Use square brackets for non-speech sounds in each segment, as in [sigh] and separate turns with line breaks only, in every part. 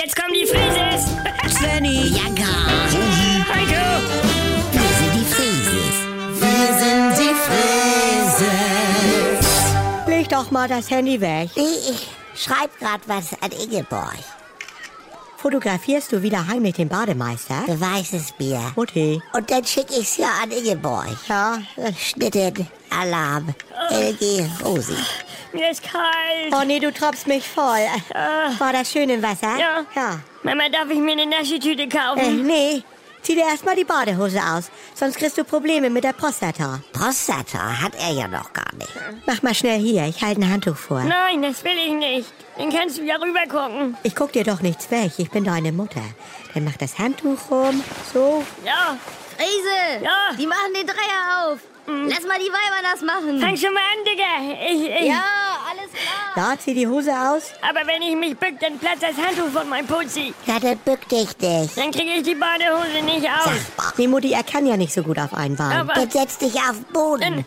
Jetzt kommen die Frises! [laughs]
Svenny,
Ja, gar.
Heiko!
Wir sind die Frieses. Wir sind die Frieses.
leg doch mal das Handy weg.
Nee, ich schreib grad was an Ingeborg.
Fotografierst du wieder heimlich den Bademeister?
Beweis es mir.
Mutti.
Und dann schick ich's ja an Ingeborg.
Ja, äh,
Schnitten, Alarm, LG, Rosi.
Mir ist kalt!
oh nee, du tropfst mich voll.
Ah.
Äh,
War das schön im Wasser?
Ja.
Ja.
Mama, darf ich mir eine Naschi-Tüte
Hm.
Äh,
kaufen?
nee, zieh dir erstmal die Badehose aus, sonst kriegst du Probleme mit der Prostata.
Prostata hat er ja noch gar nicht.
Mach mal schnell hier, ich halte ein Handtuch vor.
Nein, das will ich nicht. Dann kannst du ja rüber gucken.
Ich guck dir doch nichts weg, ich bin deine Mutter. Dann mach das Handtuch rum, so.
Ja,
Riese!
Ja?
Die machen den Dreier auf! Lass mal die Weiber das machen!
fang schon mal an, Digga. Ich, ich,
Ja, alles klar!
Ja, zieh die Hose aus.
Aber wenn ich mich bück, dann platzt das Handtuch von meinem Putzi.
Ja, dann bück dich nicht.
Dann kriege ich die Badehose nicht aus.
Sag mal.
Nee, Mutti, er kann ja nicht so gut auf einen Bein.
Aber
Dann setz dich auf den Boden.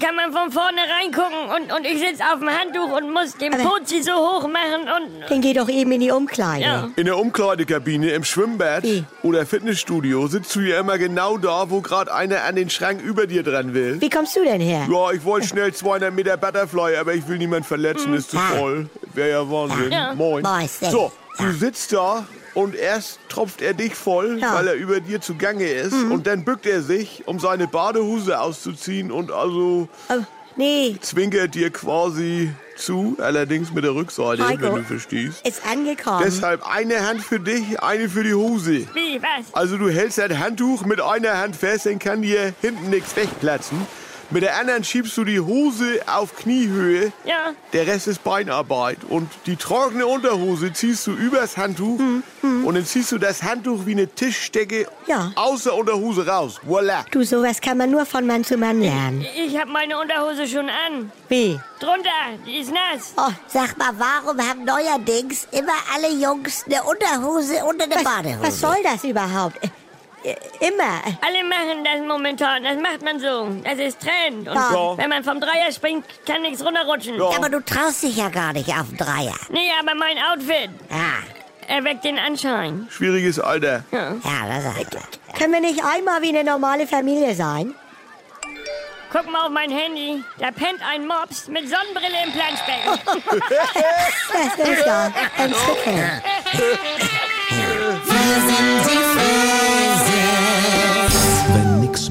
kann man von vorne reingucken und, und ich sitz auf dem Handtuch und muss den
Aber-
Putzi so hoch machen und...
Dann geh doch eben in die Umkleide.
Ja.
In der Umkleidekabine, im Schwimmbad
Wie?
oder Fitnessstudio sitzt du ja immer genau da, wo gerade einer an den Schrank über dir dran will.
Wie kommst du denn her?
Ja, ich wollte schnell 200 Meter Butterfly, aber ich will niemand verletzen,
Mm.
ist zu
Ja.
voll. Wäre ja Wahnsinn.
Ja.
Moin.
Mäuschen.
So,
Ja.
du sitzt da und erst tropft er dich voll,
Ja. Mhm.
weil er über dir zugange ist. Und dann bückt er sich, um seine Badehose auszuziehen und also
Oh, nee,
zwinkert dir quasi zu, allerdings mit der Rückseite,
Heiko.
wenn du verstehst.
ist angekommen.
Deshalb eine Hand für dich, eine für die Hose.
Wie, was?
Also du hältst ein Handtuch mit einer Hand fest, dann kann dir hinten nichts wegplatzen. Mit der anderen schiebst du die Hose auf Kniehöhe.
Ja.
Der Rest ist Beinarbeit. Und die trockene Unterhose ziehst du übers Handtuch. Und dann ziehst du das Handtuch wie eine Tischdecke
Ja.
aus der Unterhose raus. Voila.
Du, sowas kann man nur von Mann zu Mann lernen.
Ich hab meine Unterhose schon an.
Wie?
Drunter, die ist nass.
Oh, sag mal, warum haben neuerdings immer alle Jungs eine Unterhose und eine Badehose?
Was soll das überhaupt? Äh, äh, Immer.
Alle machen das momentan, das macht man so. Das ist Trend. Und
Ja.
wenn man vom Dreier springt, kann nichts runterrutschen.
Ja.
Aber du traust dich ja gar nicht auf den Dreier.
Nee, aber mein Outfit
Ja,
erweckt den Anschein.
Schwieriges Alter.
Ja.
ja, das
Äh,
sagt er.
Können wir nicht einmal wie eine normale Familie sein?
Guck mal auf mein Handy. Da pennt ein Mops mit Sonnenbrille im
[laughs]
Planschbecken. [laughs]
Das ist ja ein Zwicken.
Wenn nix